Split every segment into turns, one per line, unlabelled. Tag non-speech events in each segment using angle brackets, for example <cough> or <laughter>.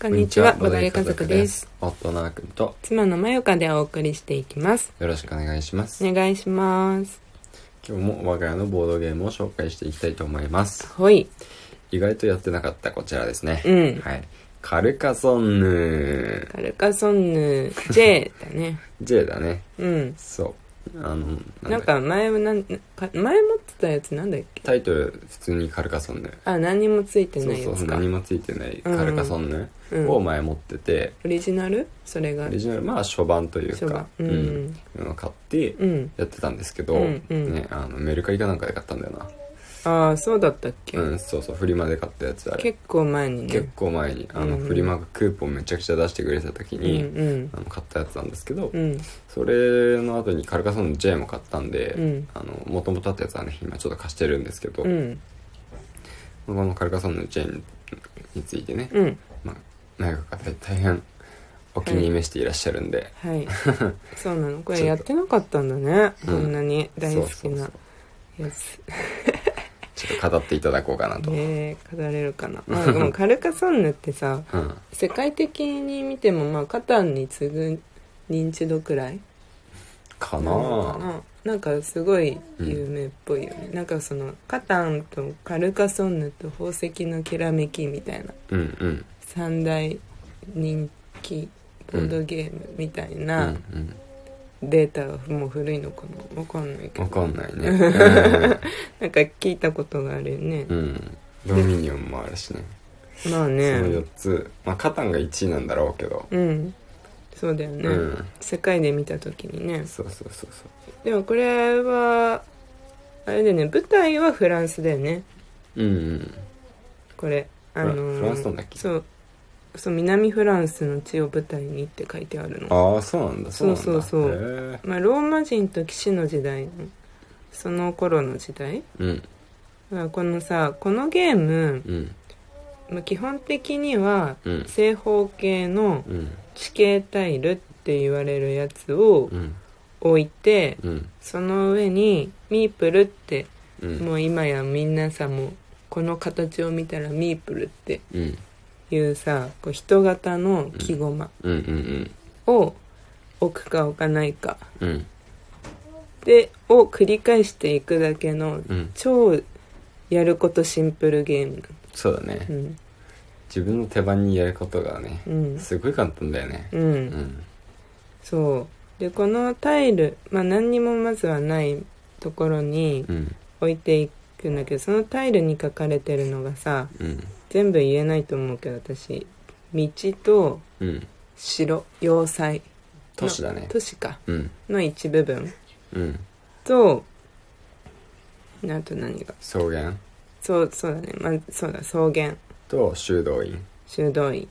こんにちは、ボドゲ家族です。。
夫のあくんと
妻のまよかでお送りしていきます。
よろしくお願いします。
お願いします。
今日も我が家のボードゲームを紹介していきたいと思います。
ほい。
意外とやってなかったこちらですね。
うん
はい。カルカソンヌ
カルカソンヌ J だね。
J だね。
うん。
そう。あの、 <laughs>
な
なんだ
んか前はなん、か前持ってたやつなんだっけ
タイトル普通にカルカソンヌ。
あ、何にもついて
そ
な
う
いや
そう
つ
そう、
か。
何もついてないカルカソンヌ
うん
を前持ってて、
オリジナルそれが
オリ。ジナル、まあ初版という
初
か
版、うん
うん買って
うん。
やってたんですけど、
うんうん
ね、あのメルカリかなんかで買ったんだよな。
ああ、そうだったっけ、
うん、そうそう、フリマで買ったやつあれ。
結構前にね。
結構前にあの
うんうん
フリマがクーポンめちゃくちゃ出してくれた時に、
うん
あの買ったやつなんですけど、
うん。うん。
それの後にカルカソンの J も買ったんで、
うん
あの元々あったやつはね今ちょっと貸してるんですけど、
うん。
このカルカソンの J にについてね、
うん。
まあ、内閣が大大変お気に召していらっしゃるんで、 <laughs>
はい。そうなの。これやってなかったんだね。
う
こ
ん
んなに大好き
そうそうそ
な
う
やつ。
ちょっと語っていただこうかなと、
ねえ語れる
<laughs>
かな、まあ、でもカルカソンヌってさ
うん、
世界的に見てもまあカタンに次ぐ認知度くらい
か
な
な
の
あ
かななんかすごい有名っぽいよね、なんかそのカタンとカルカソンヌと宝石のきらめきみたいな
うんうん
三大人気ボードゲームみたい
うん
なデータがもう古いのかなわかんないけ
うんわ
ど
かんな
<laughs>
いね
なんか聞いたことがあるよね
う、ん、うん、ドミニオンもあるしね
まあ
その
ね
4つまあカタンが1位なんだろうけど、
うんそうだよね、
うん
世界で見た時にね
そうそうそうそう
でもこれはあれだよね舞台はフランスだよね
うんうん
これあ
ラ
のー
フランスなんだっけ
そうそう南フランスの地を舞台にって書いてあるの
ああそうなんだそうなんだ
そうそうそう
へえ
まあ、ローマ人と騎士の時代のその頃の時代
うん
だからこのさこのゲーム、
うん
まあ、基本的には
うん
正方形の
うん
地形タイルって言われるやつを
うん
置いて
うん
その上にミープルって
うん
もう今やみんなさもうこの形を見たらミープルって
うん
いうさこう人型の木駒
うんうんうん
を置くか置かないか
うん
でを繰り返していくだけの
うん
超やることシンプルゲーム
そうだね
うん
自分の手番にやることがね
うん
すごい簡単だよね
う
うんん
そうでこのタイルまあ何にもまずはないところに
うん
置いていくんだけどそのタイルに書かれてるのがさ
うん
全部言えないと思うけど私道と
うん
城要塞
都市だね
都市か
うん
の一部分
うん
とあと何が
草原
そうそうだねまあそうだ草原
と修道院
修道院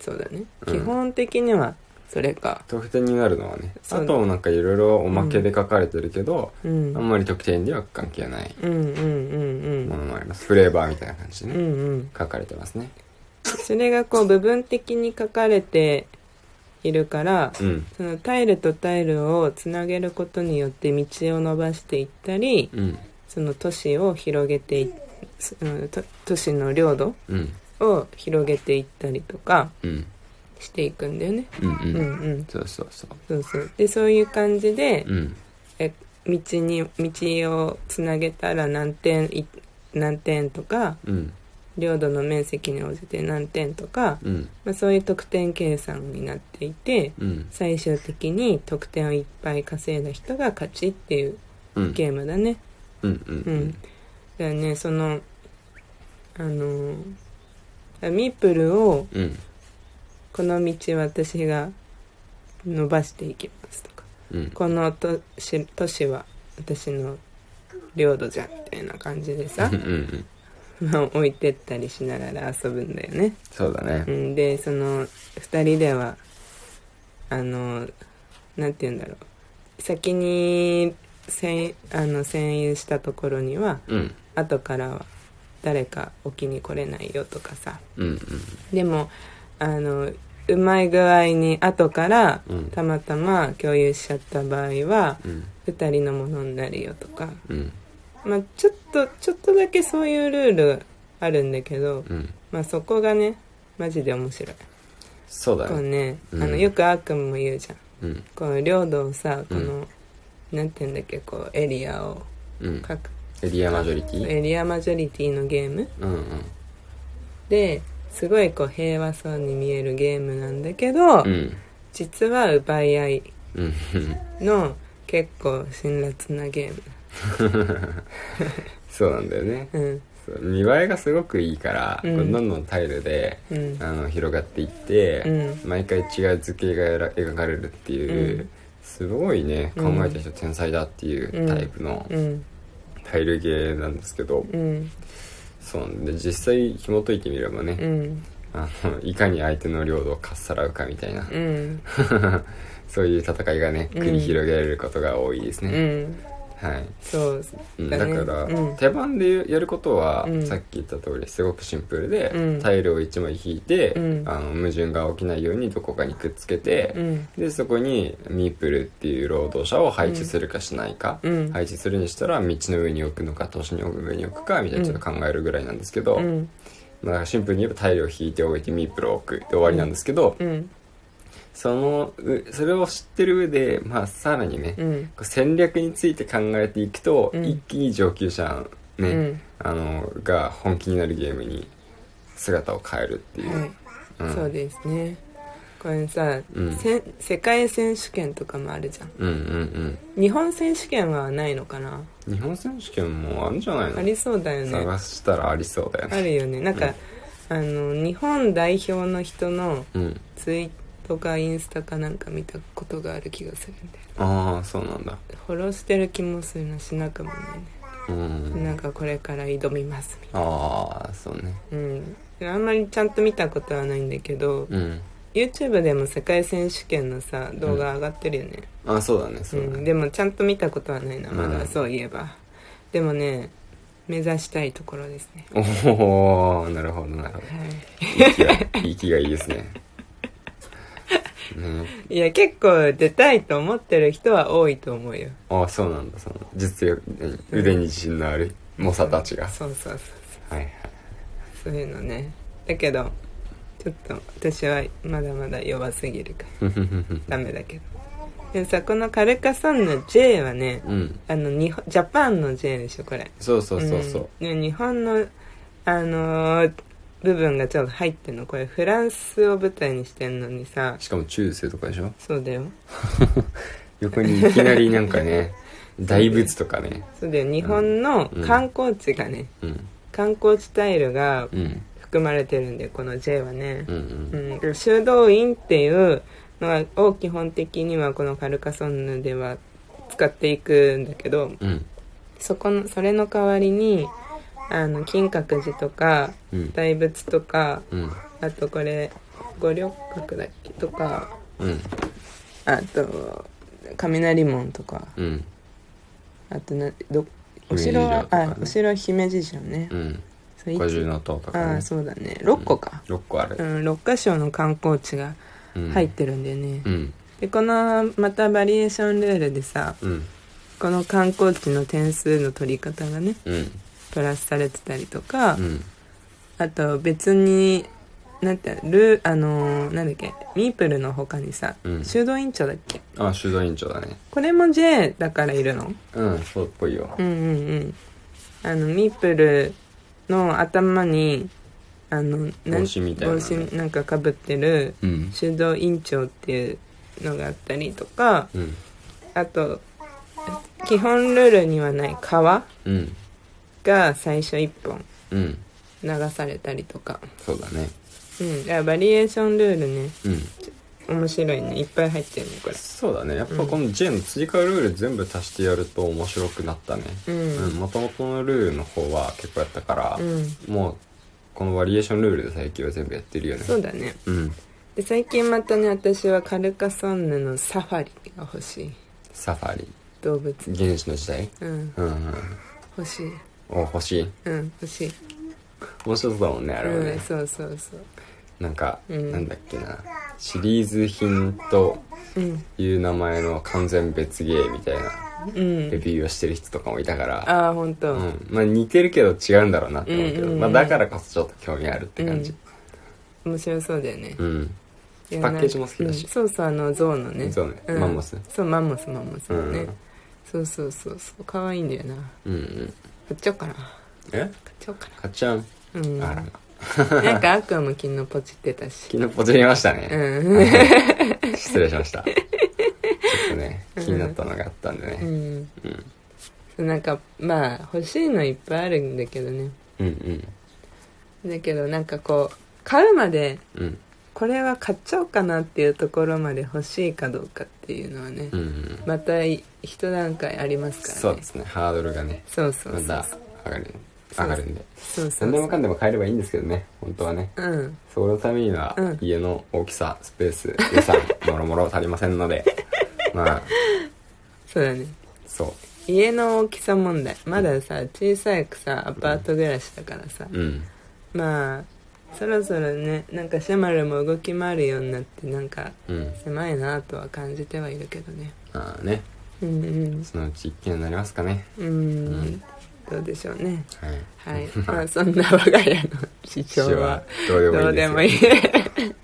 そうだね、
うん
基本的にはそれか
得点になるのはね
そう
あ
だ
となんかいろいろおまけで書かれてるけど
うん
あ
うん
んまり得点には関係ない
うんうんう
もの
ん
もありますフレーバーみたいな感じ
う
で
ん
ね
うん
書かれてますね
それがこう部分的に書かれているから
うん
そのタイルとタイルをつなげることによって道を伸ばしていったり
うん
その都市を広げていその都都市の領土
うん
を広げていったりとか
うん
していくんだよね。
うん
うん
う
うんん、
そうそうそう
そうそうでそういう感じで
うん
道に道をつなげたら何点い何点とか
うん
領土の面積に応じて何点とか、
うん
まあ、そういう得点計算になっていて
うん
最終的に得点をいっぱい稼いだ人が勝ちっていう
うん
ゲームだね。
うん
う
うんん
だからねそのあのーミープルを
うん
この道私が伸ばしていきますとか
うん
この都市都市は私の領土じゃんみたいな感じでさ
うん
<laughs>
うん
まあ置いてったりしながら遊ぶんだよね、
そうだ
う
ね
ん、でその2人ではあのなんて言うんだろう先に占あの占有したところには
うん
後からは誰か置きに来れないよとかさ
うん
でもあのうまい具合に後から
うんうん
たまたま共有しちゃった場合は
うん
2人のものになるよとか、
うん
まあ、ちょっとちょっとだけそういうルールあるんだけど、
うん
まあ、そこがねマジで面白い
そうだ
こう
ね
ね、
うん
あのよくあーくんも言うじゃん
うん
こう領土をさこの、
う
なんて言うんだっけこうエリアを
うん
各
エリアマジョリティ
エリアマジョリティのゲーム
うんうん
ですごいこう平和そうに見えるゲームなんだけど、
うん
実は奪い合い
うん
の結構辛辣なゲーム
そうなんだよね
うん
そう見栄えがすごくいいから、
うん
こうどんどんタイルで
うん
あの広がっていって、
うん
毎回違う図形がえら描かれるっていう、
うん
すごいね考
うん
えた人天才だっていうタイプの
うん
タイルゲーなんですけど、
うん
そうなんで実際紐解いてみればね、
うん
あのいかに相手の領土をかっさらうかみたいな、
うん
<laughs> そういう戦いがね
うん
繰り広げられることが多いです
う
ね、
ん
はい、
そう
うん
だ
だ
ね
から、
うん
手番でやることは、
うん
さっき言った通りすごくシンプルで、
うん
タイルを1枚引いて、
うん
あの矛盾が起きないようにどこかにくっつけて、
うん
でそこにミープルっていう労働者を配置するかしないか、
うん
配置するにしたら道の上に置くのか都市の上に置くかみたいなちょっと考えるぐらいなんですけど、
うん
まあ、シンプルに言えばタイルを引いておいてミープルを置くで終わりなんですけど、
うん
そのうそれを知ってる上で、まあ、さらにね、
うん
こう戦略について考えていくと、
うん
一気に上級者、ね
うん
あのが本気になるゲームに姿を変えるっていう、
はい
うん、
そうですねこれさ、
うん
せん世界選手権とかもあるじゃん
うんうん
日本選手権はないのかな
うん日本選手権もあるんじゃないの
ありそうだよね
探したらありそうだよ
あ
ね
るよねなんか、あの日本代表の人の
うん
ツイートかインスタかなんか見たことがある気がするんだよ
ああそうなんだ
フォローしてる気もするなしなくもないね、
うん
なんかこれから挑みますみたい
ああそうね
なうんあんまりちゃんと見たことはないんだけど、
うん
YouTube でも世界選手権のさ動画上がってるよね、
あーそうだねそうだ
うん
ね、
でもちゃんと見たことはないなまだ、
うん
そういえばでもね目指したいところですね
おおなるほどなるほど
はい
息が <laughs> 息がいいですねね
いや結構出たいと思ってる人は多いと思うよ
ああそうなんだそうなんだ実力何腕に自信のある猛者たちが、
そうそうそう
はいはい
そういうのねだけどちょっと私はまだまだ弱すぎるから
ふふふふ
ダメだけどでもさこのカルカソンヌ J はね
うん
あの日本ジャパンの J でしょこれ
そうそうそうそう、
うんで日本のあのー部分がちょっと入ってんのこれフランスを舞台にしてんのにさ
しかも中世とかでしょ
そうだよ
横にいきなりなんか <laughs> ね大仏とかね
そうだよ日本の観光地がね、
うん
観光地タイルが
うん
含まれてるんでこの J はね
う、んうん
うん修道院っていうのを基本的にはこのカルカソンヌでは使っていくんだけど
うん
そこのそれの代わりにあの金閣寺とか
うん
大仏とか
うん
あとこれ五稜郭だっけとか
うん
あと雷門とか
うん
あとなどお城は、
姫路城とかね
あお城は姫路城ね、
うん
そういつ
五重の塔とか
ああ
ね
そうだね6個か、
6個ある
うん6か所の観光地が
うん
入ってるんだよね、
うん
でこのまたバリエーションルールでさ
うん
この観光地の点数の取り方がね
うん
プラスされてたりとか、
うん
あと別になんてルーあのーなんだっけミープルの他にさ、
うん
修道院長だっけ
あ修道院長だね
これも J だからいるの
うんそうっぽいよ
うんうんうんあのミープルの頭にあのなん
帽子みたいなね
帽子なんかかぶってる
うん
修道院長っていうのがあったりとか
うん
あと基本ルールにはない川
うん
が最初1本
うん
流されたりとか、
そうだね
うん、だからバリエーションルールね
うん
面白いねいっぱい入ってるねこ
そうだねやっぱこの J の追加ルール全部足してやると面白くなったね
れうん
うん元々のルールの方は結構やったから、
うん
もうこのバリエーションルールで最近は全部やってるよね
そうだね
うん
で最近またね私はカルカソンヌのサファリが欲しい
サファリ
動物
原始の時代
うん
うんうん
欲しい
お欲しい
うん欲しい
面白そうだもんねあれは
うん
ね、
そうそうそう
なんか、
うん
なんだっけなシリーズ品と
うん
いう名前の完全別ゲーみたいな
うん
レビューをしてる人とかもいたから、
ああ本当、
う
うん、
ん、まあ似てるけど違うんだろうなって思うけど、
うんうんうん
まあだからこそちょっと興味あるって感じ
面白そうだよね
うん、
で
パッケージも好きだし
うんそうそうあの象のね
そうね、
うん
マンモス
そうマンモスマンモス
う
の
ん、
ね、そうそうそうそう可愛いんだよな
うんうん
買っちゃおうかな買
え
っちゃおうか
かっちゃん、
なうん
あら
なんかアクアも昨日ポチってたし
昨日ポチりました
う
ね、
ん
失礼し
<laughs>
ましたちょっとね気になったのがあったんで
う
ね、
ん
うん、
そうなんかまあ欲しいのいっぱいあるんだけどね
うんうん
だけどなんかこう買うまで
うん
これは買っちゃおうかなっていうところまで欲しいかどうかっていうのはね、
うんうん
また一段階ありますからね
そうですねハードルがね
そうそうそ
ま
う
た上がる
そう
上がるんで
そうそう
何でもかん
で
でも買えればいいんですけどね本当はね
うん
そのためには
うん
家の大きさスペース予算もろもろ足りませ
<laughs>
んのでまあ
そうだね
そ
家の大きさ問題まださ小さくさアパート暮らしだからさ、
ううん
まあそろそろねなんかシャマルも動き回るようになってなんか
うん
狭いなとは感じてはいるけどね
まあね
うんうん
そのうち一軒になりますかね
うん、
うん
どうでしょうね
はい
はいまあそんな我が家の市
私
長は
はどうでもいい
ど
ん
う
で
ですもいい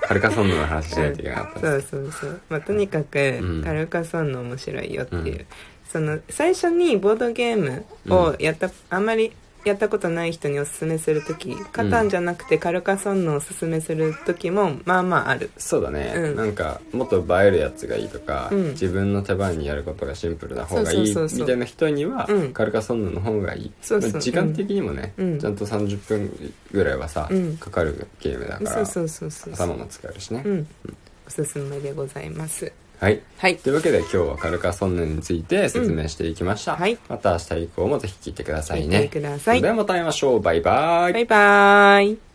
カルカソンヌの話しないといけなかった
そ
で
う
す
そうそう、まあ、とにかく、
ん
カルカソンヌ面白いよっていう、
うん
その最初にボードゲームをやった、あんまりやったことない人におすすめする時カタンじゃなくてカルカソンヌをおすすめする時もまあまあある
そうだね、
うん
なんかもっと映えるやつがいいとか、
うん
自分の手番にやることがシンプルな方がいい
そうそうそうそう
みたいな人には、
うん
カルカソンヌの方がいい
そうそう
まあ時間的にもね、
うん
ちゃんと30分ぐらいはさ、
うん
かかるゲームだから
そうそうそうそう
頭も使えるしね、
うんおすすめでございます
はい
はい
というわけで今日はカルカソンヌについて説明していきました、
うんはい
また明日以降もぜひ聞いてください
聞い
ね
てくだ
そ
さ
れ
い
ではまた会いましょうバイバイ
バイバーイ